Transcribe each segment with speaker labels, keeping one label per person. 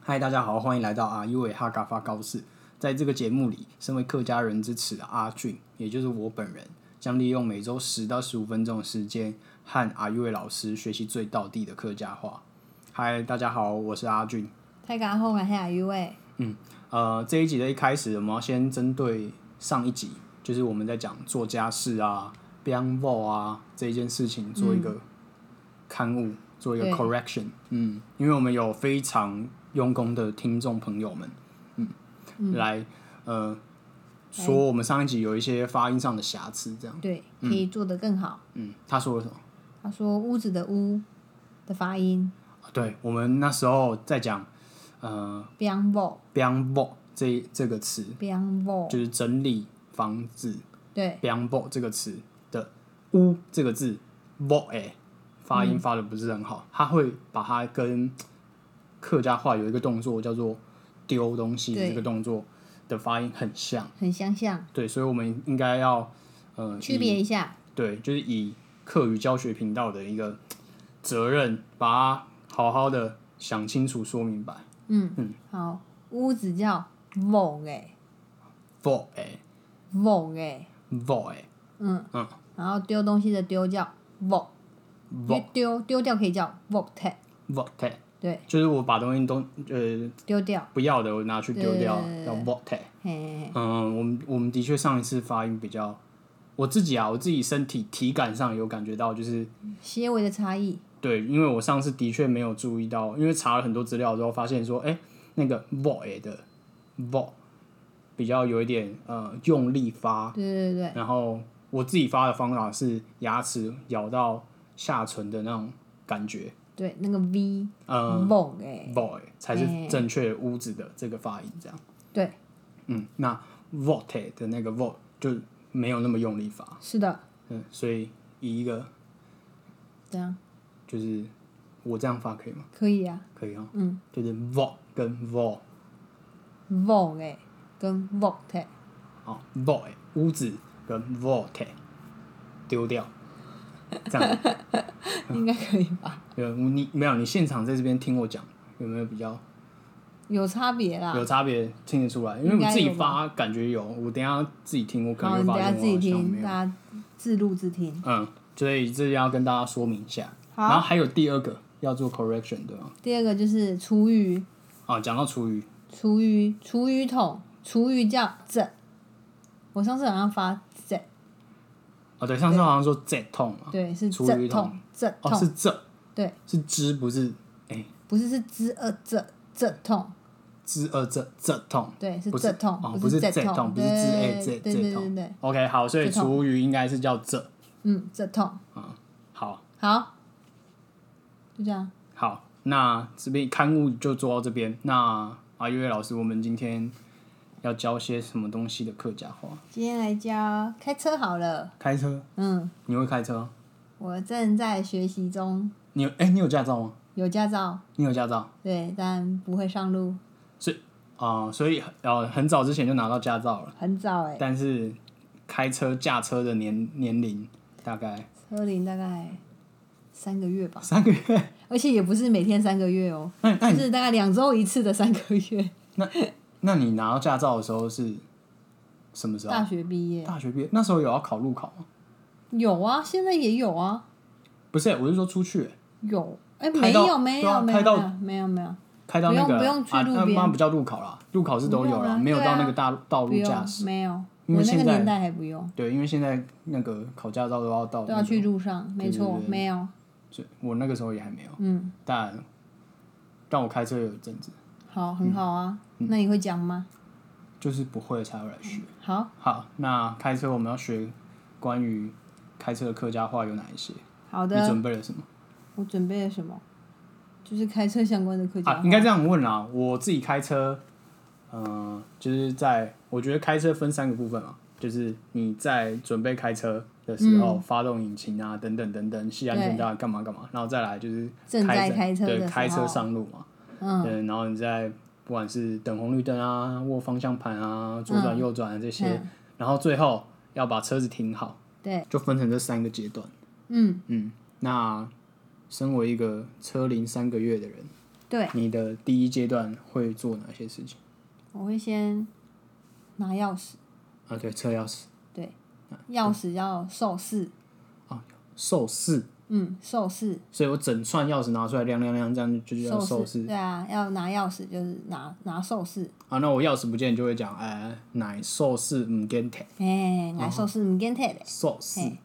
Speaker 1: 嗨，大家好，欢迎来到阿 U 伟哈嘎发高士。在这个节目里，身为客家人之耻的阿俊，也就是我本人，将利用每周十到十五分钟的时间，和阿 U 伟老师学习最道地的客家话。嗨，大家好，我是阿俊。
Speaker 2: 大家好，我是阿鱼喂。
Speaker 1: 呃，这一集的一开始，我们要先针对上一集，就是我们在讲做家事啊、b a n g o 啊这一件事情做一个刊物，做一个
Speaker 2: 对
Speaker 1: correction。嗯，因为我们有非常用功的听众朋友们，嗯，来呃说我们上一集有一些发音上的瑕疵，这样。
Speaker 2: 对，可以做得更好。
Speaker 1: 嗯，他说了什么？
Speaker 2: 他说屋子的屋的发音
Speaker 1: 啊对我们那时候在讲呃
Speaker 2: b i a n g o
Speaker 1: b a n g o 这这个词，
Speaker 2: b i a n g o
Speaker 1: 就是整理房子。
Speaker 2: 对
Speaker 1: b a n g b o 这个词的“乌”这个字 “bo” 哎，发
Speaker 2: 嗯
Speaker 1: 音发的不是很好，他会把它跟客家话有一个动作叫做丢东西的
Speaker 2: 对
Speaker 1: 这个动作的发音很像，
Speaker 2: 很相像，
Speaker 1: 对，所以我们应该要呃
Speaker 2: 区
Speaker 1: 以
Speaker 2: 别一下。
Speaker 1: 对，就是以课语教学频道的一个责任，把它好好的想清楚、说明白。
Speaker 2: 嗯好，屋子叫 vong 哎
Speaker 1: bo 哎
Speaker 2: vong 哎，
Speaker 1: bo 哎
Speaker 2: 嗯
Speaker 1: 嗯，
Speaker 2: 然后丢东西的丢叫 vong，因为
Speaker 1: bo
Speaker 2: 丢丢掉可以叫 vong t
Speaker 1: bo 哎，
Speaker 2: 对，
Speaker 1: 就是我把东西都呃
Speaker 2: 丢掉。
Speaker 1: 不要的，我拿去丢掉，
Speaker 2: 对
Speaker 1: 叫 v o t e
Speaker 2: 嘿，
Speaker 1: 嗯，我们我们的确上一次发音比较，我自己啊，我自己身体体感上有感觉到，就是
Speaker 2: 些微的差异。
Speaker 1: 对，因为我上次的确没有注意到，因为查了很多资料之后，发现说，哎、那个 boy 的 bo 比较有一点呃用力发，
Speaker 2: 对对对
Speaker 1: 然后我自己发的方法是牙齿咬到下唇的那种感觉，
Speaker 2: 对对，那个 v
Speaker 1: 呃
Speaker 2: vong 哎，
Speaker 1: boy 才是
Speaker 2: 哎
Speaker 1: 正确屋子的这个发音，这样。
Speaker 2: 对，
Speaker 1: 嗯，那 vote 的那个 vote 就没有那么用力发，
Speaker 2: 是的，
Speaker 1: 嗯，所以以一个
Speaker 2: 这样
Speaker 1: 就是我这样发可以吗？
Speaker 2: 可以啊。
Speaker 1: 可以啊，
Speaker 2: 嗯，
Speaker 1: 就是 vote 跟 vo
Speaker 2: vong 哎，跟 vong t
Speaker 1: 哦 vote 屋子跟 vote 丢掉，这 样
Speaker 2: 应该可以吧？
Speaker 1: 有你没有？你现场在这边听我讲有没有比较
Speaker 2: 有差别啦。
Speaker 1: 有差别听得出来？因为
Speaker 2: 啊应该
Speaker 1: 我自己
Speaker 2: 有吧
Speaker 1: 发感觉有，我等一下自己听我可
Speaker 2: 然
Speaker 1: 能
Speaker 2: 后
Speaker 1: 会
Speaker 2: 你
Speaker 1: 发
Speaker 2: 等下
Speaker 1: 现
Speaker 2: 自己
Speaker 1: 我好像没
Speaker 2: 听，
Speaker 1: 有。
Speaker 2: 大家自录自听。
Speaker 1: 嗯，所以这要跟大家说明一下。
Speaker 2: 好
Speaker 1: 然后还有第二个要做 correction 对吗？
Speaker 2: 第二个就是厨余，
Speaker 1: 啊，讲到厨余，
Speaker 2: 厨余，厨余桶，厨余叫整。我上次好像发整，
Speaker 1: 哦，对，上次好像说这痛嘛，
Speaker 2: 对，是
Speaker 1: 厨余桶
Speaker 2: 整桶，整
Speaker 1: 哦，是
Speaker 2: 桶，
Speaker 1: 这，
Speaker 2: 对，
Speaker 1: 是之不是哎
Speaker 2: 不是是之呃整整桶，
Speaker 1: 之呃这这痛，
Speaker 2: 对，是
Speaker 1: 不是
Speaker 2: 整桶，
Speaker 1: 哦，
Speaker 2: 不
Speaker 1: 是
Speaker 2: 整
Speaker 1: 这痛，
Speaker 2: 桶，
Speaker 1: 不是之哎
Speaker 2: 对
Speaker 1: 这
Speaker 2: 对对
Speaker 1: 这
Speaker 2: 对对
Speaker 1: 痛
Speaker 2: 对，
Speaker 1: OK，好，所以
Speaker 2: 这痛
Speaker 1: 厨余应该是叫这，
Speaker 2: 嗯，整桶，
Speaker 1: 好
Speaker 2: 好，就这样，
Speaker 1: 好，那这边刊物就做到这边。那啊，月月老师，我们今天要教些什么东西的客家话？
Speaker 2: 今天来教开车好了，
Speaker 1: 开车，
Speaker 2: 嗯，
Speaker 1: 你会开车？
Speaker 2: 我正在学习中，
Speaker 1: 你有哎，你有驾照吗？
Speaker 2: 有驾照，
Speaker 1: 你有驾照
Speaker 2: 对，但不会上路，
Speaker 1: 啊？所以呃，很早之前就拿到驾照了。
Speaker 2: 很早哎、
Speaker 1: 但是开车驾车的年年龄大概
Speaker 2: 车龄大概三个月吧，
Speaker 1: 三个月。哎
Speaker 2: 而且也不是每天三个月哦、
Speaker 1: 那那
Speaker 2: 就
Speaker 1: 你
Speaker 2: 是大概两周一次的三个月。
Speaker 1: 那你拿到驾照的时候是什么时候？
Speaker 2: 大学毕业
Speaker 1: 大学毕业那时候有要考路考吗？
Speaker 2: 有啊，现在也有啊，
Speaker 1: 不是、我是说出去、
Speaker 2: 有哎、
Speaker 1: 开
Speaker 2: 没
Speaker 1: 到
Speaker 2: 有没
Speaker 1: 对啊
Speaker 2: 有没
Speaker 1: 开
Speaker 2: 有没
Speaker 1: 到
Speaker 2: 有没有没有，
Speaker 1: 开到那个
Speaker 2: 不用不用去路
Speaker 1: 啊，那
Speaker 2: 边
Speaker 1: 那不叫路考啦，路考是都有
Speaker 2: 不
Speaker 1: 啦，
Speaker 2: 用啊
Speaker 1: 没有
Speaker 2: 对啊
Speaker 1: 到那个大路道
Speaker 2: 不
Speaker 1: 路
Speaker 2: 用
Speaker 1: 驾驶。
Speaker 2: 没有，
Speaker 1: 因为
Speaker 2: 我那个
Speaker 1: 现在
Speaker 2: 年代还不用，
Speaker 1: 对，因为现在那个考驾照都要到、那
Speaker 2: 都要
Speaker 1: 个
Speaker 2: 去路上，没
Speaker 1: 对
Speaker 2: 错
Speaker 1: 对，对
Speaker 2: 没有，
Speaker 1: 所以我那个时候也还没有，
Speaker 2: 嗯，
Speaker 1: 但但我开车有一阵子，嗯
Speaker 2: 好，很好啊，那你会讲吗？
Speaker 1: 就是不会才会来学。
Speaker 2: 好，
Speaker 1: 好，那开车我们要学关于开车的客家话有哪一些？
Speaker 2: 好
Speaker 1: 你
Speaker 2: 的，
Speaker 1: 准备了什么
Speaker 2: 我准备了什么？就是开车相关的课
Speaker 1: 啊？
Speaker 2: 讲
Speaker 1: 应，该这样问啦。我自己开车，嗯、就是在我觉得开车分三个部分嘛，就是你在准备开车的时候，
Speaker 2: 嗯
Speaker 1: 发动引擎啊，等等等等，系安全带干嘛干嘛，然后再来就是
Speaker 2: 正在
Speaker 1: 开
Speaker 2: 开车的时
Speaker 1: 对
Speaker 2: 候
Speaker 1: 开车上路嘛，
Speaker 2: 嗯，
Speaker 1: 嗯，然后你在不管是等红绿灯啊，握方向盘啊，左转右转啊这些，
Speaker 2: 嗯
Speaker 1: 然后最后要把车子停好，
Speaker 2: 对，
Speaker 1: 就分成这三个阶段。
Speaker 2: 嗯，
Speaker 1: 嗯，那身为一个车龄三个月的人，
Speaker 2: 对，
Speaker 1: 你的第一阶段会做哪些事情？
Speaker 2: 我会先拿钥匙，
Speaker 1: 啊，对，车钥匙
Speaker 2: 对，钥匙要寿四，
Speaker 1: 啊，寿司，
Speaker 2: 嗯，寿四，
Speaker 1: 所以我整串钥匙拿出来亮亮亮，这样就就叫寿
Speaker 2: 寿
Speaker 1: 司
Speaker 2: 四，对啊，要拿钥匙就是拿拿寿四，
Speaker 1: 啊。那我钥匙不见，就会讲，哎，奶寿司唔跟铁
Speaker 2: 哎，
Speaker 1: 哦
Speaker 2: 拿寿四唔见退嘞，
Speaker 1: 寿司
Speaker 2: 嘿，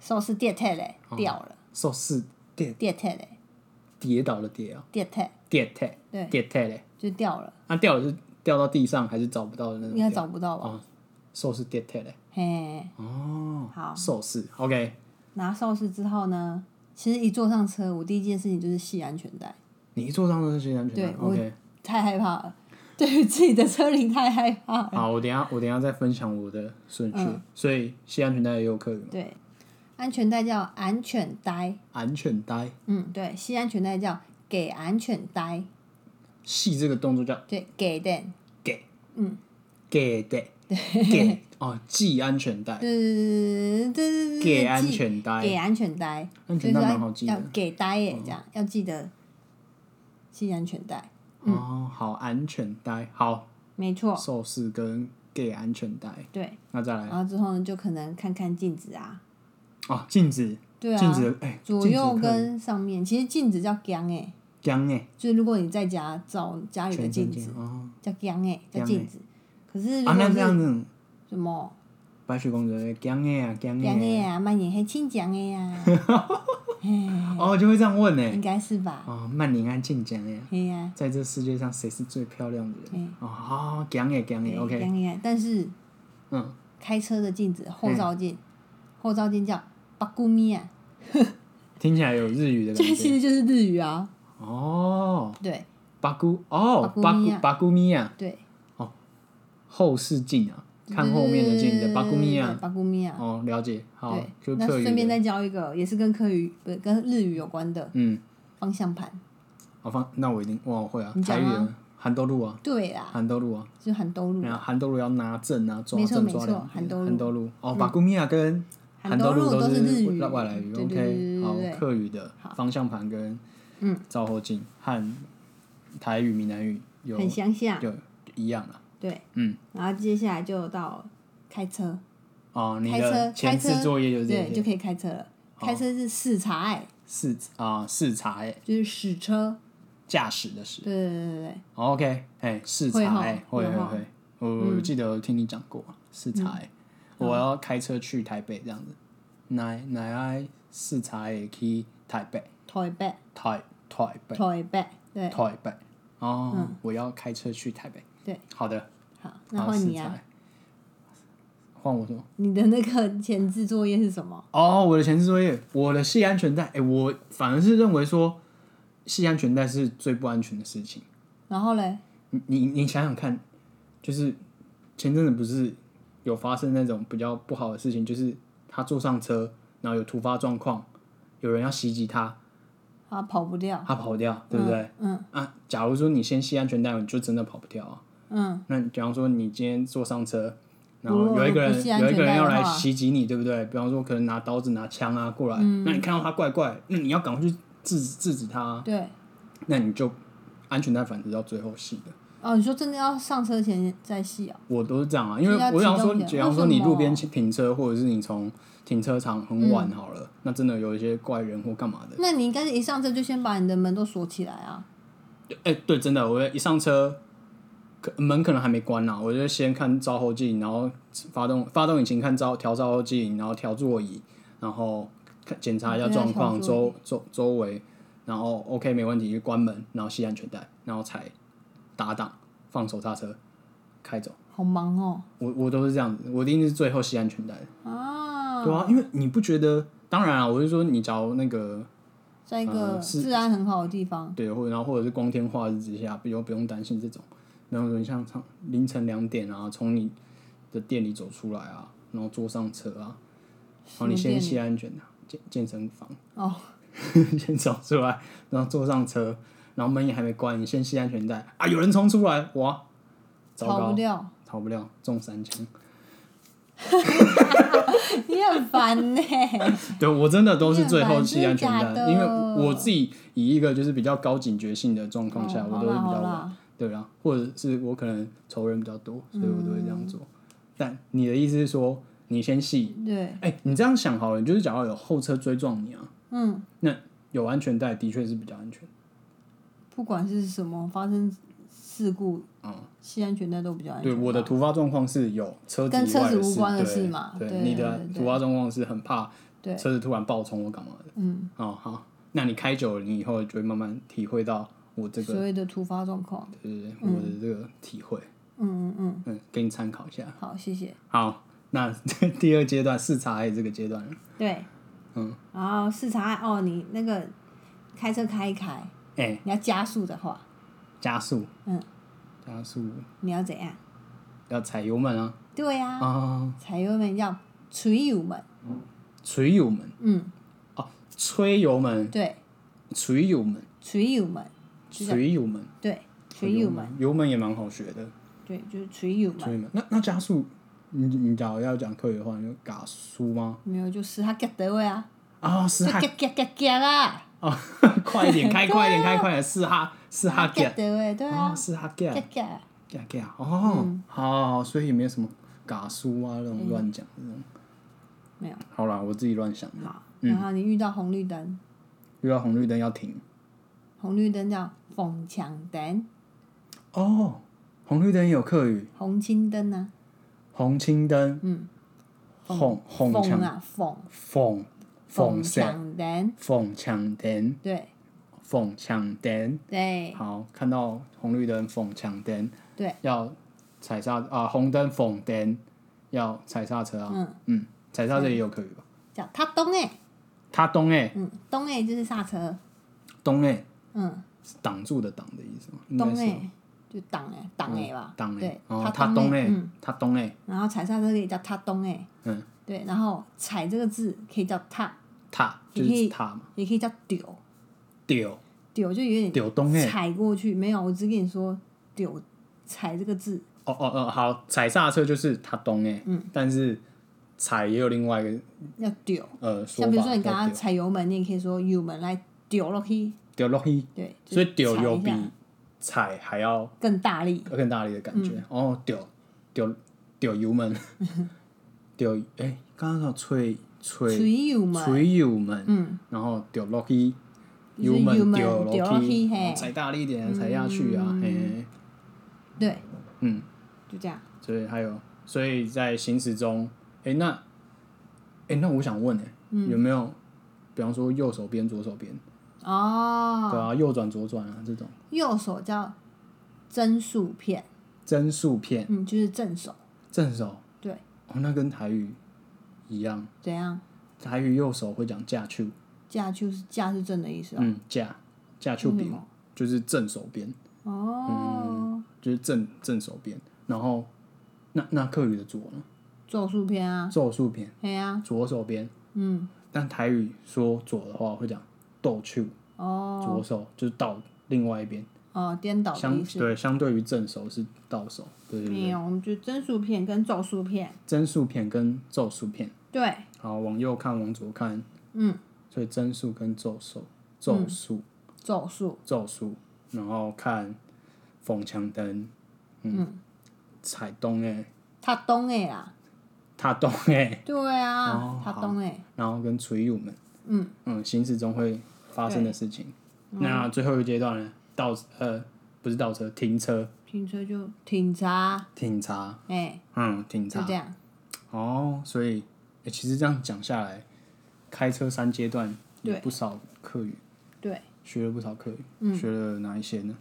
Speaker 2: 寿四跌退嘞，
Speaker 1: 哦
Speaker 2: 掉了，
Speaker 1: 寿司跌
Speaker 2: 跌退嘞，
Speaker 1: 跌倒的跌啊，
Speaker 2: 跌退
Speaker 1: 跌退，
Speaker 2: 对
Speaker 1: 跌退嘞。
Speaker 2: 就掉了，
Speaker 1: 那啊掉的是掉到地上还是找不到的那种
Speaker 2: 应该
Speaker 1: 掉？
Speaker 2: 找不到吧？
Speaker 1: 寿司跌退嘞。
Speaker 2: 嘿，
Speaker 1: 哦，
Speaker 2: 好
Speaker 1: 寿司，OK，
Speaker 2: 拿寿四之后呢，其实一坐上车，我第一件事情就是系安全带，
Speaker 1: 你一坐上车系安全
Speaker 2: 对
Speaker 1: 带
Speaker 2: 我
Speaker 1: ，OK。
Speaker 2: 太害怕了，对于自己的车龄太害怕了。
Speaker 1: 好，我等一下我等一下再分享我的顺序。
Speaker 2: 嗯
Speaker 1: 所以系安全带也有客语嘛？
Speaker 2: 对，安全带叫安全带，
Speaker 1: 安全带
Speaker 2: 嗯，对，系安全带叫给安全带，
Speaker 1: 系这个动作叫
Speaker 2: 对，给的，
Speaker 1: 给，嗯，给 的，给哦，系安全带，
Speaker 2: 对对对对对，
Speaker 1: 给安全
Speaker 2: 给
Speaker 1: 带，
Speaker 2: 安全带，
Speaker 1: 安
Speaker 2: 就
Speaker 1: 全
Speaker 2: 是
Speaker 1: 带蛮
Speaker 2: 要
Speaker 1: 好记
Speaker 2: 要
Speaker 1: 的。
Speaker 2: 给带耶，这样要记得系安全带，嗯
Speaker 1: 哦，好，安全带，好，
Speaker 2: 没错，
Speaker 1: 寿司跟给安全带，
Speaker 2: 对，
Speaker 1: 那再来
Speaker 2: 然后之后呢，就可能看看镜子啊，
Speaker 1: 哦，镜子，
Speaker 2: 对
Speaker 1: 镜
Speaker 2: 啊，
Speaker 1: 子，哎，
Speaker 2: 左右跟上面，其实镜子叫江哎，
Speaker 1: 江哎，
Speaker 2: 就是如果你在家照家里的
Speaker 1: 全身
Speaker 2: 镜子
Speaker 1: 镜哦，
Speaker 2: 叫江哎，叫
Speaker 1: 姜
Speaker 2: 镜子，可是如
Speaker 1: 啊，
Speaker 2: 果
Speaker 1: 那
Speaker 2: 是
Speaker 1: 这样子，
Speaker 2: 什么？
Speaker 1: 白雪公主的江哎啊，江
Speaker 2: 讲的
Speaker 1: 哎，
Speaker 2: 呀，曼宁黑亲讲的呀，
Speaker 1: 哦，就会这样问
Speaker 2: 应
Speaker 1: 呢，
Speaker 2: 该是吧？
Speaker 1: 哦，曼宁安静江哎，
Speaker 2: 嘿呀，
Speaker 1: 在这世界上谁是最漂亮的人
Speaker 2: 嗯？
Speaker 1: 哦，好，江哎江哎
Speaker 2: 对
Speaker 1: ，OK，
Speaker 2: 讲的呀。但是
Speaker 1: 嗯，
Speaker 2: 开车的镜子，后照镜，后照镜叫八姑咪啊，
Speaker 1: 听起来有日语的
Speaker 2: 这
Speaker 1: 感
Speaker 2: 其
Speaker 1: 觉
Speaker 2: 实就是日语啊。
Speaker 1: 哦。
Speaker 2: 对
Speaker 1: 巴古哦，
Speaker 2: 巴
Speaker 1: 巴
Speaker 2: 古米
Speaker 1: 古
Speaker 2: 亚
Speaker 1: 巴古米亚
Speaker 2: 对，
Speaker 1: 后视镜啊，
Speaker 2: 嗯
Speaker 1: 看后面的镜的巴古米亚
Speaker 2: 八姑咪啊。
Speaker 1: 哦，了解好，就
Speaker 2: 对，那
Speaker 1: 客
Speaker 2: 顺
Speaker 1: 语
Speaker 2: 便
Speaker 1: 的
Speaker 2: 再教一个，也是跟科语不是跟日语有关的
Speaker 1: 嗯，
Speaker 2: 方向盘。
Speaker 1: 好放那我一定哇我会啊
Speaker 2: 你，
Speaker 1: 台
Speaker 2: 讲
Speaker 1: 语
Speaker 2: 啊
Speaker 1: 的韩多路啊，
Speaker 2: 对啦，
Speaker 1: 韩多路啊，
Speaker 2: 就喊兜路
Speaker 1: 然，后韩多路要拿正啊，抓
Speaker 2: 没错
Speaker 1: 正
Speaker 2: 没
Speaker 1: 抓
Speaker 2: 错
Speaker 1: 两
Speaker 2: 韩多路
Speaker 1: 韩多路哦，巴古米亚跟韩
Speaker 2: 喊
Speaker 1: 多
Speaker 2: 兜
Speaker 1: 路
Speaker 2: 路
Speaker 1: 都
Speaker 2: 都日语，
Speaker 1: 外来语
Speaker 2: 对对对
Speaker 1: ，OK 好
Speaker 2: 对对，对，
Speaker 1: 客语的方向盘跟
Speaker 2: 嗯
Speaker 1: 照后镜和台语闽南语有
Speaker 2: 很相像。
Speaker 1: 有一样啊，
Speaker 2: 对，
Speaker 1: 嗯
Speaker 2: 然后接下来就到开车。
Speaker 1: 哦，你
Speaker 2: 开车
Speaker 1: 的前
Speaker 2: 开
Speaker 1: 置
Speaker 2: 车
Speaker 1: 作业就是这
Speaker 2: 对，
Speaker 1: 些
Speaker 2: 就可以开车了。
Speaker 1: 好
Speaker 2: 开车是视察哎，
Speaker 1: 视啊视察欸
Speaker 2: 就是驶车。
Speaker 1: 驾驶的驶。
Speaker 2: 对对对对
Speaker 1: 哦 OK，哎，视察
Speaker 2: 会吼
Speaker 1: 哎，会
Speaker 2: 有
Speaker 1: 会
Speaker 2: 吼嗯
Speaker 1: 会，我记得我听你讲过视察哎，我要开车去台北这样子，奶奶爱视察也去台北，
Speaker 2: 对，台北，
Speaker 1: 台台北
Speaker 2: 台北，对嗯
Speaker 1: 台北，哦，我要开车去台北。
Speaker 2: 对，
Speaker 1: 好的，
Speaker 2: 好，那
Speaker 1: 好
Speaker 2: 换
Speaker 1: 视
Speaker 2: 你啊，
Speaker 1: 察。换我什么？
Speaker 2: 你的那个前置作业是什么？
Speaker 1: 哦，我的前置作业，我的系安全带，哎，我反而是认为说系安全带是最不安全的事情。
Speaker 2: 然后嘞，
Speaker 1: 你你你想想看，就是前阵子不是有发生那种比较不好的事情，就是他坐上车，然后有突发状况，有人要袭击他，
Speaker 2: 他啊跑不掉，
Speaker 1: 他跑掉，对不对？
Speaker 2: 嗯
Speaker 1: 啊，假如说你先系安全带，你就真的跑不掉啊。
Speaker 2: 嗯，
Speaker 1: 那你假如说你今天坐上车，然
Speaker 2: 如
Speaker 1: 后
Speaker 2: 果
Speaker 1: 有一个
Speaker 2: 不
Speaker 1: 人
Speaker 2: 系安
Speaker 1: 有一个人
Speaker 2: 全带的
Speaker 1: 要来
Speaker 2: 话
Speaker 1: 袭击你，对不对？比方说可能拿刀子、拿枪啊过来，
Speaker 2: 嗯
Speaker 1: 那你看到他怪怪，那你要赶快去制制止他啊，
Speaker 2: 对。
Speaker 1: 那你就安全带反而是要最后系的。
Speaker 2: 哦，你说真的要上车前再系哦，
Speaker 1: 我都是这样啊，因为
Speaker 2: 要
Speaker 1: 我想
Speaker 2: 启
Speaker 1: 说，
Speaker 2: 动点
Speaker 1: 比方说你
Speaker 2: 为什么
Speaker 1: 路边停车，或者是你从停车场很
Speaker 2: 嗯
Speaker 1: 晚好了，那真的有一些怪人或干嘛的。
Speaker 2: 那你应该一上车就先把你的门都锁起来啊。
Speaker 1: 哎、对，真的，我一上车，可门可能还没关呢、啊我就先看照后镜，然后发动发动引擎看照调照后镜，然后调座椅，然后看检查一下
Speaker 2: 对
Speaker 1: 状况，
Speaker 2: 调座
Speaker 1: 周周周围，然后 OK 没问题就关门，然后系安全带，然后才打档放手刹车开走。
Speaker 2: 好忙哦
Speaker 1: 我我都是这样子，我一定是最后系安全带的。
Speaker 2: 啊，
Speaker 1: 对啊，因为你不觉得？当然啊，我是说你找那个
Speaker 2: 在一个
Speaker 1: 呃是
Speaker 2: 治安很好的地方，
Speaker 1: 对，或然后或者是光天化日之下，不用不用担心这种。然后你像像凌晨两点啊，从你的店里走出来啊，然后坐上车啊，然后你
Speaker 2: 什
Speaker 1: 先
Speaker 2: 么店里
Speaker 1: 系安全啊，健健身房
Speaker 2: 哦，
Speaker 1: 先走出来，然后坐上车，然后门也还没关，你先系安全带啊，有人冲出来，哇，糟
Speaker 2: 跑不
Speaker 1: 糕，
Speaker 2: 掉，
Speaker 1: 逃不了，中三枪。
Speaker 2: 你很烦呢、
Speaker 1: 对我真的都是最后
Speaker 2: 你
Speaker 1: 系安
Speaker 2: 很
Speaker 1: 全
Speaker 2: 烦
Speaker 1: 带，
Speaker 2: 真
Speaker 1: 因
Speaker 2: 的
Speaker 1: 为
Speaker 2: 假的
Speaker 1: 我自己以一个就是比较高警觉性的 状况下，
Speaker 2: 哦
Speaker 1: 我
Speaker 2: 好
Speaker 1: 都会
Speaker 2: 啦
Speaker 1: 比
Speaker 2: 好
Speaker 1: 较晚，
Speaker 2: 啦，
Speaker 1: 对啊，或者是我可能仇人比较多，所以我都会这
Speaker 2: 嗯
Speaker 1: 样做。但你的意思是说，你先系，
Speaker 2: 对，
Speaker 1: 哎、你这样想好了，你就是假如有后车追撞你啊，
Speaker 2: 嗯，
Speaker 1: 有安全带的确是比较安全。
Speaker 2: 不管是什么发生事故，系安全带都比较安
Speaker 1: 嗯
Speaker 2: 全
Speaker 1: 对，
Speaker 2: 吧。
Speaker 1: 我的突发状况是有车子
Speaker 2: 跟
Speaker 1: 以
Speaker 2: 车
Speaker 1: 外
Speaker 2: 子
Speaker 1: 的
Speaker 2: 无
Speaker 1: 事
Speaker 2: 关的
Speaker 1: 对
Speaker 2: 事嘛
Speaker 1: 对，
Speaker 2: 对
Speaker 1: 你
Speaker 2: 对
Speaker 1: 的
Speaker 2: 对
Speaker 1: 突发状况是很怕
Speaker 2: 对
Speaker 1: 车子突然爆冲或干嘛的。嗯，哦好，那你开久了，你以后就会慢慢体会到我这
Speaker 2: 所
Speaker 1: 个，
Speaker 2: 谓的突发状况，
Speaker 1: 对对对，我的这个体会，
Speaker 2: 嗯嗯嗯，
Speaker 1: 嗯，给你参考一下。
Speaker 2: 好，谢谢。
Speaker 1: 好，那第二阶段视察还有这个阶段了，
Speaker 2: 对，嗯，然后视察哦，你那个开车开一开，
Speaker 1: 哎、
Speaker 2: 你要加速的话，
Speaker 1: 加速，
Speaker 2: 嗯，
Speaker 1: 加速
Speaker 2: 你要怎样？
Speaker 1: 要踩油门啊
Speaker 2: 对呀、
Speaker 1: 啊，
Speaker 2: 踩油门要捶油门，
Speaker 1: 捶油门，
Speaker 2: 嗯，
Speaker 1: 哦，吹油门，
Speaker 2: 对，
Speaker 1: 捶油门，
Speaker 2: 捶油门，是的
Speaker 1: 捶油门，
Speaker 2: 对，捶油门，
Speaker 1: 门，油门也蛮好学的。
Speaker 2: 对，就是捶油门，
Speaker 1: 所以嘛，那那加速，你你假如要讲课语的话，你就嘎速吗？
Speaker 2: 没有就是他夹得位 啊，
Speaker 1: 啊，是
Speaker 2: 就
Speaker 1: 哈
Speaker 2: 夹夹夹夹啦，
Speaker 1: 啊，快一点开，快一点开，快一点，是哈是哈
Speaker 2: 夹
Speaker 1: get
Speaker 2: 得位，对
Speaker 1: 啊，
Speaker 2: 啊，
Speaker 1: 是哈
Speaker 2: 夹
Speaker 1: get
Speaker 2: 夹，
Speaker 1: get get
Speaker 2: 嗯
Speaker 1: 哦，好好好，所以也没有什么嘎速啊那种乱讲那种。
Speaker 2: 没有
Speaker 1: 好啦，我自己乱想的。
Speaker 2: 好，然后你遇到红绿灯，
Speaker 1: 遇到红绿灯要停
Speaker 2: 红绿灯叫红抢灯，
Speaker 1: 哦，红绿灯也有课语，
Speaker 2: 红青灯啊呢、
Speaker 1: 红青灯，
Speaker 2: 嗯，
Speaker 1: 红
Speaker 2: 啊，
Speaker 1: 红
Speaker 2: 凤
Speaker 1: 墙，
Speaker 2: 啊凤，
Speaker 1: 红红色，
Speaker 2: 抢灯，
Speaker 1: 红墙灯，
Speaker 2: 对
Speaker 1: 红墙灯。
Speaker 2: 对
Speaker 1: 好，看到红绿灯缝抢灯，
Speaker 2: 对，
Speaker 1: 要踩刹啊、红灯缝灯要踩刹车啊，
Speaker 2: 嗯
Speaker 1: 踩刹车也有可以吧？
Speaker 2: 叫他咚哎、
Speaker 1: 他咚哎、
Speaker 2: 嗯，咚哎、就是刹车，
Speaker 1: 咚哎、
Speaker 2: 嗯，
Speaker 1: 是挡住的挡的意思吗？应该
Speaker 2: 咚
Speaker 1: 是
Speaker 2: 哎、
Speaker 1: 吧
Speaker 2: 就挡哎、挡哎、吧，
Speaker 1: 挡哎
Speaker 2: 对，，
Speaker 1: 哦，
Speaker 2: 他
Speaker 1: 咚
Speaker 2: 哎、
Speaker 1: 哎
Speaker 2: 嗯，，
Speaker 1: 他咚哎，
Speaker 2: 然后踩刹车可以叫他咚哎、
Speaker 1: 嗯，
Speaker 2: 对，然后踩这个字可以叫踏，
Speaker 1: 踏就
Speaker 2: 你可以
Speaker 1: 是踏嘛，
Speaker 2: 也可以叫丢，
Speaker 1: 丢
Speaker 2: 丢就有点
Speaker 1: 丢咚哎、
Speaker 2: 踩过去，没有，我只跟你说丢踩这个字，
Speaker 1: 哦哦哦，好，踩刹车就是他咚哎，嗯，但是踩也有另外一个
Speaker 2: 要丢。
Speaker 1: 呃说
Speaker 2: 像比如说
Speaker 1: 法
Speaker 2: 你刚
Speaker 1: 叫
Speaker 2: 刚踩油门，你也可以说油门来丢落去，
Speaker 1: 丢落去，
Speaker 2: 对，就
Speaker 1: 所以丢
Speaker 2: 踩一
Speaker 1: 有比
Speaker 2: 下
Speaker 1: 踩还要。
Speaker 2: 更大力，
Speaker 1: 更大力的感觉。
Speaker 2: 嗯
Speaker 1: 哦，丢丢丢油 门，丢哎，刚刚说吹吹
Speaker 2: 捶油门，
Speaker 1: 吹油门，
Speaker 2: 嗯，
Speaker 1: 然后丢落去，
Speaker 2: 就是
Speaker 1: 门
Speaker 2: 油门
Speaker 1: 丢
Speaker 2: 丢
Speaker 1: 落
Speaker 2: 落
Speaker 1: 去，
Speaker 2: 去
Speaker 1: 哦
Speaker 2: 嘿嗯
Speaker 1: 踩大力一点踩下去啊，嘿，
Speaker 2: 对，
Speaker 1: 嗯，
Speaker 2: 就这样。
Speaker 1: 所以还有，所以在行驶中，哎，那哎，那我想问哎，
Speaker 2: 嗯
Speaker 1: 有没有，比方说右手边、左手边，对
Speaker 2: 哦，
Speaker 1: 啊，右转、左转啊这种
Speaker 2: 右手叫真数片，
Speaker 1: 增速片，
Speaker 2: 嗯，就是正手，
Speaker 1: 正手，
Speaker 2: 对，
Speaker 1: 哦，那跟台语一样，
Speaker 2: 怎样？
Speaker 1: 台语右手会讲架去。
Speaker 2: 架就是架是嗯正的意思哦。
Speaker 1: 嗯，架架丘
Speaker 2: 为什
Speaker 1: 柄
Speaker 2: 么
Speaker 1: 就是正手边，
Speaker 2: 哦，
Speaker 1: 就是正正手边。然后那那客语的左呢？
Speaker 2: 咒术片啊，
Speaker 1: 咒术边，
Speaker 2: 嘿呀，
Speaker 1: 左手边。
Speaker 2: 嗯，
Speaker 1: 但台语说左的话会讲斗丘，
Speaker 2: 哦
Speaker 1: 左手就是倒另外一边，
Speaker 2: 哦，颠倒的
Speaker 1: 相
Speaker 2: 意思。
Speaker 1: 对相对于正手是倒手。对对
Speaker 2: 没
Speaker 1: 对，
Speaker 2: 有，我们就真数片跟咒术片，
Speaker 1: 真数片跟咒术片，
Speaker 2: 对，
Speaker 1: 好往右看往左看，
Speaker 2: 嗯，
Speaker 1: 所以真数跟咒手咒术
Speaker 2: 咒术，
Speaker 1: 咒术，然后看缝墙灯，嗯，彩东哎，
Speaker 2: 他东哎啦，
Speaker 1: 塔东哎。
Speaker 2: 对啊
Speaker 1: 哦，
Speaker 2: 他东哎，
Speaker 1: 然后跟垂友们，
Speaker 2: 嗯
Speaker 1: 嗯，行驶中会发生的事情。那最后一个阶段呢，倒呃不是倒车，停车，
Speaker 2: 停车就停查，
Speaker 1: 停查，
Speaker 2: 哎，
Speaker 1: 嗯，停
Speaker 2: 就
Speaker 1: 查
Speaker 2: 这。样，
Speaker 1: 哦，所以、诶其实这样讲下来，开车三阶段有
Speaker 2: 对
Speaker 1: 不少课语，
Speaker 2: 对，嗯
Speaker 1: 学了不少课语，学了哪一些呢？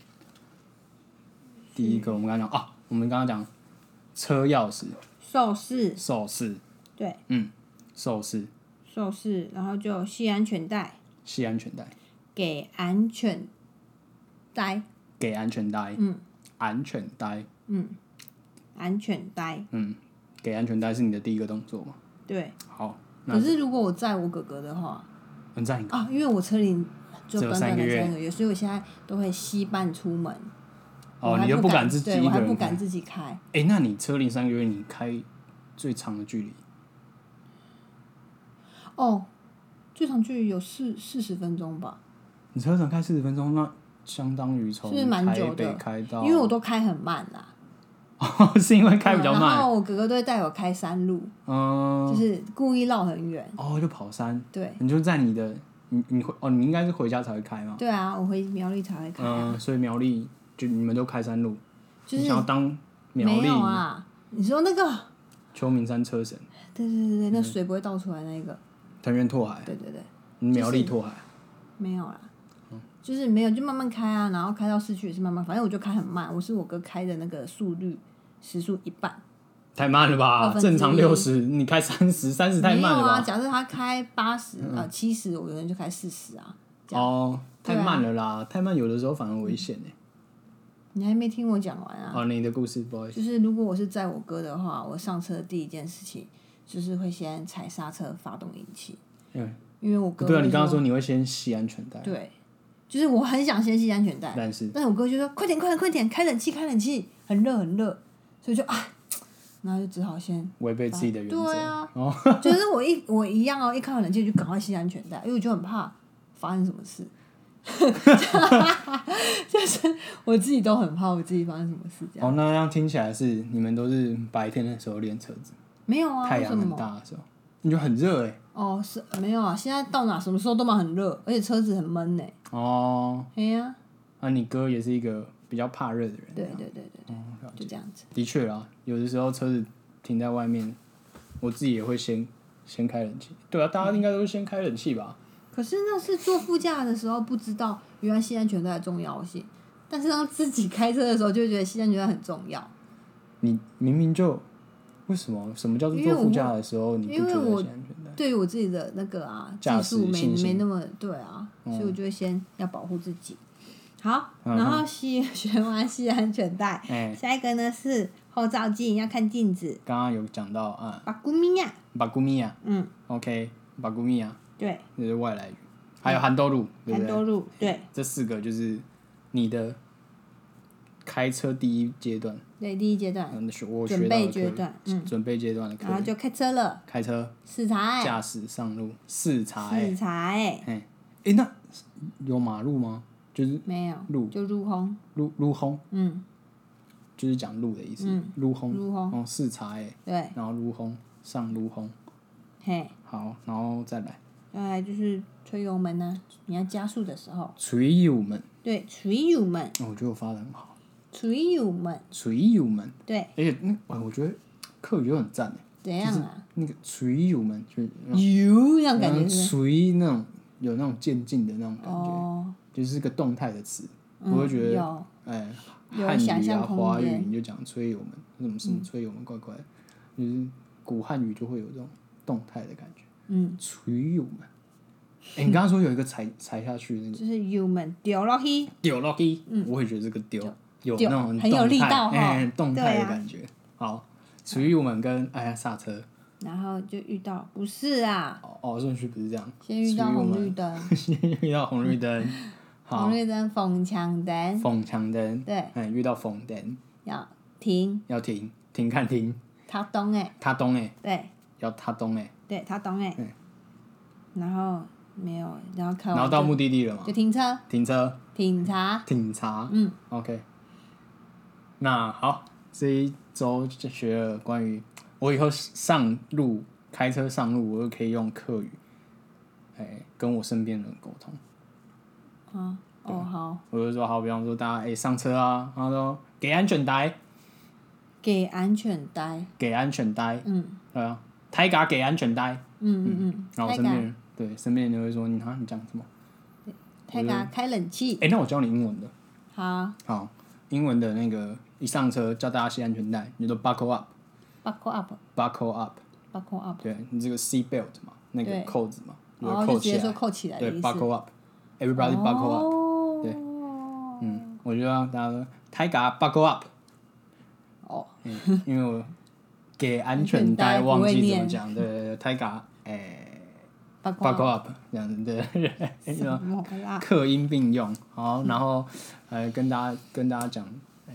Speaker 1: 第一个
Speaker 2: 嗯
Speaker 1: 我们刚刚讲啊，我们刚刚讲车钥匙、
Speaker 2: 受试，
Speaker 1: 手势，
Speaker 2: 对，
Speaker 1: 嗯，手势
Speaker 2: 受试，然后就系安全带，
Speaker 1: 系安全带，
Speaker 2: 给安全带，
Speaker 1: 给安全带，
Speaker 2: 嗯，
Speaker 1: 安全带。
Speaker 2: 安全带，
Speaker 1: 嗯，给安全带是你的第一个动作嘛？
Speaker 2: 对。
Speaker 1: 好，那
Speaker 2: 可是如果我载我哥哥的话，
Speaker 1: 很赞。
Speaker 2: 啊，因为我车龄就
Speaker 1: 只有
Speaker 2: 短
Speaker 1: 三
Speaker 2: 短
Speaker 1: 个
Speaker 2: 的
Speaker 1: 月
Speaker 2: 三个月，所以我现在都会吸伴出门。
Speaker 1: 哦，
Speaker 2: 我还
Speaker 1: 你又
Speaker 2: 不
Speaker 1: 敢自己
Speaker 2: 对
Speaker 1: 一
Speaker 2: 我还
Speaker 1: 个
Speaker 2: 不
Speaker 1: 人
Speaker 2: 敢
Speaker 1: 开？
Speaker 2: 自己开，
Speaker 1: 哎，那你车龄三个月，你开最长的距离
Speaker 2: 哦，最长距离有四四十分钟吧，
Speaker 1: 你车程开四十分钟，那相当于从
Speaker 2: 是蛮
Speaker 1: 台
Speaker 2: 久的
Speaker 1: 北开到，
Speaker 2: 因为我都开很慢啦，
Speaker 1: 哦， 是因为 开比较
Speaker 2: 嗯然
Speaker 1: 慢，
Speaker 2: 后我哥哥都会带我开山路，
Speaker 1: 嗯，
Speaker 2: 就是故意绕很远。
Speaker 1: 哦，就跑山，
Speaker 2: 对
Speaker 1: 你就在你的，你你回哦，你应该是回家才会开嘛，
Speaker 2: 对啊，我回苗栗才会开啊，
Speaker 1: 嗯，所以苗栗就你们都开山路，
Speaker 2: 就
Speaker 1: 你
Speaker 2: 是
Speaker 1: 想要当苗
Speaker 2: 没
Speaker 1: 栗
Speaker 2: 有啊。你说那个，
Speaker 1: 秋名山车神，
Speaker 2: 对对对对，
Speaker 1: 嗯
Speaker 2: 那水不会倒出来那个，
Speaker 1: 藤原拓海，
Speaker 2: 对对对，
Speaker 1: 苗栗拓海，
Speaker 2: 没有啦。
Speaker 1: 嗯
Speaker 2: 就是没有，就慢慢开啊，然后开到市区也是慢慢，反正我就开很慢，我是我哥开的那个速率时速一半，
Speaker 1: 太慢了吧？
Speaker 2: 二分之一
Speaker 1: 正常六十，你开三十，三十太
Speaker 2: 没有
Speaker 1: 慢了
Speaker 2: 啊，
Speaker 1: 吧？嗯
Speaker 2: 假设他开八十、呃七十，我有人就开四十啊。这样
Speaker 1: 哦，太
Speaker 2: 对啊
Speaker 1: 慢了啦，太慢有的时候反而危险呢。
Speaker 2: 你还没听我讲完啊？
Speaker 1: 哦，你的故事不好意思，
Speaker 2: 就是如果我是载我哥的话，我上车的第一件事情就是会先踩刹车、发动引擎，
Speaker 1: 嗯，
Speaker 2: 因为我哥
Speaker 1: 对啊，
Speaker 2: 会
Speaker 1: 你刚刚说你会先系安全带，
Speaker 2: 对，就是我很想先系安全带，
Speaker 1: 但是
Speaker 2: 但是我哥就说快点、快点、快点，开冷气、开冷气，很热很热，所以就啊，然后就只好先
Speaker 1: 违背自己的原则
Speaker 2: 对啊，
Speaker 1: 哦，
Speaker 2: 就是我一我一样哦，一看到冷气就赶快系安全带，因为我就很怕发生什么事。 就是我自己都很怕我自己发生什么事这样。
Speaker 1: 哦，那这样听起来是你们都是白天的时候练车子，
Speaker 2: 没有啊，
Speaker 1: 太
Speaker 2: 为
Speaker 1: 阳
Speaker 2: 什
Speaker 1: 很
Speaker 2: 么？
Speaker 1: 大的时候，你就很热哎，
Speaker 2: 哦，是没有啊，现在到哪什么时候都嘛很热，而且车子很闷呢、
Speaker 1: 哦，
Speaker 2: 哎呀、
Speaker 1: 啊，你哥也是一个比较怕热的人，
Speaker 2: 对对对对，
Speaker 1: 哦，了
Speaker 2: 就这样子。
Speaker 1: 的确啦，有的时候车子停在外面，我自己也会先先开冷气。对啊，大家应该都是先开冷气吧？
Speaker 2: 可是那是坐副驾的时候不知道原来系安全带的重要性，但是当自己开车的时候就会觉得系安全带很重要，
Speaker 1: 你明明就为什么什么叫做
Speaker 2: 因为
Speaker 1: 坐
Speaker 2: 我
Speaker 1: 副驾的时候你不觉
Speaker 2: 因为
Speaker 1: 得
Speaker 2: 我
Speaker 1: 系安全带？
Speaker 2: 对于我自己的那个啊技
Speaker 1: 驾驶
Speaker 2: 术没
Speaker 1: 信心嗯
Speaker 2: 没那么对啊，所以我就会先要保护自己。好，
Speaker 1: 嗯哼
Speaker 2: 然后系 学完系安全带，
Speaker 1: 哎、
Speaker 2: 下一个呢是后照镜要看镜子，
Speaker 1: 刚刚有讲到啊，
Speaker 2: 把咕咪呀，
Speaker 1: 巴古米亚
Speaker 2: 嗯，
Speaker 1: ，OK，巴古米亚
Speaker 2: 对，
Speaker 1: 这是外来语，还有韩多路，对不
Speaker 2: 很多
Speaker 1: 对？
Speaker 2: 路，对
Speaker 1: 这四个就是你的开车第一阶段，
Speaker 2: 对，第一阶段，
Speaker 1: 嗯，学我学
Speaker 2: 准
Speaker 1: 到的
Speaker 2: 备
Speaker 1: 课
Speaker 2: 阶段，嗯，
Speaker 1: 准备阶段的课
Speaker 2: 然，后就开车了，
Speaker 1: 开车、
Speaker 2: 视察，
Speaker 1: 驾驶、上路、视察、哎
Speaker 2: 视察，哎，
Speaker 1: 诶，那有马路吗？就是
Speaker 2: 没有
Speaker 1: 路
Speaker 2: 就入空，
Speaker 1: 路路轰，
Speaker 2: 嗯，
Speaker 1: 就是讲路的意思。
Speaker 2: 嗯
Speaker 1: 路轰，
Speaker 2: 路轰
Speaker 1: 哦，视察诶，
Speaker 2: 对，
Speaker 1: 然后路轰上路轰，
Speaker 2: 嘿，
Speaker 1: 好，然后再来
Speaker 2: 再来就是吹油门呢，你要加速的时候，
Speaker 1: 垂友们，
Speaker 2: 对，吹油门，
Speaker 1: 哦我觉得我发的很好，
Speaker 2: 吹油门，
Speaker 1: 垂友们，
Speaker 2: 对，
Speaker 1: 而且那哎，我觉得课语就嗯很赞诶，
Speaker 2: 怎样啊？
Speaker 1: 那个垂友们就是
Speaker 2: 油那种感觉是
Speaker 1: 垂那种有那种渐进的那种
Speaker 2: 不
Speaker 1: 感
Speaker 2: 是
Speaker 1: 觉，
Speaker 2: 哦，
Speaker 1: 就是个动态的词，
Speaker 2: 嗯
Speaker 1: 我会觉得
Speaker 2: 有
Speaker 1: 哎，
Speaker 2: 有
Speaker 1: 汉
Speaker 2: 想
Speaker 1: 语啊、
Speaker 2: 象空
Speaker 1: 华语
Speaker 2: 间嗯
Speaker 1: 你就讲吹油门，什么什么吹油门，怪怪的，就是古汉语就会有这种动态的感觉。
Speaker 2: 嗯，
Speaker 1: 吹油门。哎、你刚刚说有一个踩踩下去的那个
Speaker 2: 就是油门丢落去，
Speaker 1: 丢落去，我也觉得这个丢有
Speaker 2: 嗯丢
Speaker 1: 那种
Speaker 2: 很有力
Speaker 1: 动态
Speaker 2: 道哈
Speaker 1: 哎动
Speaker 2: 对
Speaker 1: 态的
Speaker 2: 啊
Speaker 1: 感觉。好，吹油门跟哎呀刹车，
Speaker 2: 然后就遇到不是啊，
Speaker 1: 哦哦顺序不是这样，
Speaker 2: 先遇到
Speaker 1: 吹油
Speaker 2: 红
Speaker 1: 门
Speaker 2: 绿灯，
Speaker 1: 先遇到红绿 灯，
Speaker 2: 红
Speaker 1: 好，
Speaker 2: 绿灯逢强灯，
Speaker 1: 红墙灯，
Speaker 2: 对，
Speaker 1: 哎遇到红灯
Speaker 2: 要停，
Speaker 1: 要停停看停，
Speaker 2: 他懂哎，
Speaker 1: 他东哎
Speaker 2: 对
Speaker 1: 要他东哎，
Speaker 2: 对，他懂哎
Speaker 1: 嗯，
Speaker 2: 然后没有，然后看
Speaker 1: 然后
Speaker 2: 完
Speaker 1: 到
Speaker 2: 就
Speaker 1: 目的地了嘛，
Speaker 2: 就停车，
Speaker 1: 停车，
Speaker 2: 品茶，
Speaker 1: 挺查。
Speaker 2: 嗯，
Speaker 1: OK，那好，这一周就学了关于我以后上路开车上路，我就可以用客语，哎、跟我身边人沟通。
Speaker 2: 啊，哦好，
Speaker 1: 我就说好，比方说大家哎、上车啊，他说给安全带，
Speaker 2: 给安全带，
Speaker 1: 给安全带，
Speaker 2: 嗯
Speaker 1: 对啊，抬嘎给安全带。
Speaker 2: 嗯嗯
Speaker 1: 然后
Speaker 2: 嗯，
Speaker 1: 我
Speaker 2: 太
Speaker 1: 身边
Speaker 2: 敢
Speaker 1: 人对身边人就会说你啊你讲什么？
Speaker 2: 太敢开冷气，
Speaker 1: 哎、那我教你英文的，
Speaker 2: 好，
Speaker 1: 好，英文的那个一上车叫大家系安全带，你就说 buckle up，buckle
Speaker 2: buckle up，buckle
Speaker 1: up。
Speaker 2: up，
Speaker 1: 对你这个 seat belt 嘛，那个
Speaker 2: 对
Speaker 1: 扣子嘛，就
Speaker 2: 然后
Speaker 1: 是
Speaker 2: 就
Speaker 1: 扣
Speaker 2: 直
Speaker 1: 起
Speaker 2: 接说
Speaker 1: 来，
Speaker 2: 扣起来的
Speaker 1: 对
Speaker 2: 意思。
Speaker 1: ，buckle up，everybody buckle up，啊
Speaker 2: 哦
Speaker 1: 对嗯，我就让大家说 Tiger buckle up，
Speaker 2: 哦，
Speaker 1: 嗯，因为我给安全带
Speaker 2: 安全带不
Speaker 1: 忘
Speaker 2: 会
Speaker 1: 记怎么
Speaker 2: 念
Speaker 1: 讲，对对对，Tiger 哎
Speaker 2: buckle 啊
Speaker 1: buckle up 这样子，对，对
Speaker 2: 什么啦？
Speaker 1: 刻音并用，好，然后呃跟大家跟大家讲，哎，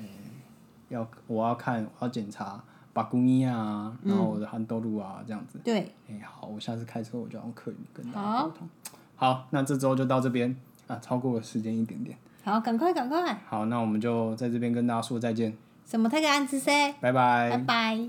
Speaker 1: 要我要看我要检查巴古尼亚啊，然
Speaker 2: 嗯
Speaker 1: 后我的汉多路啊这样子。
Speaker 2: 对，
Speaker 1: 哎、好，我下次开车我就用客语跟大家
Speaker 2: 好
Speaker 1: 沟通。好，那这周就到这边啊，超过了时间一点点。
Speaker 2: 好，赶快赶快，
Speaker 1: 好，那我们就在这边跟大家说再见，
Speaker 2: 什么泰格安之塞，
Speaker 1: 拜拜
Speaker 2: 拜拜。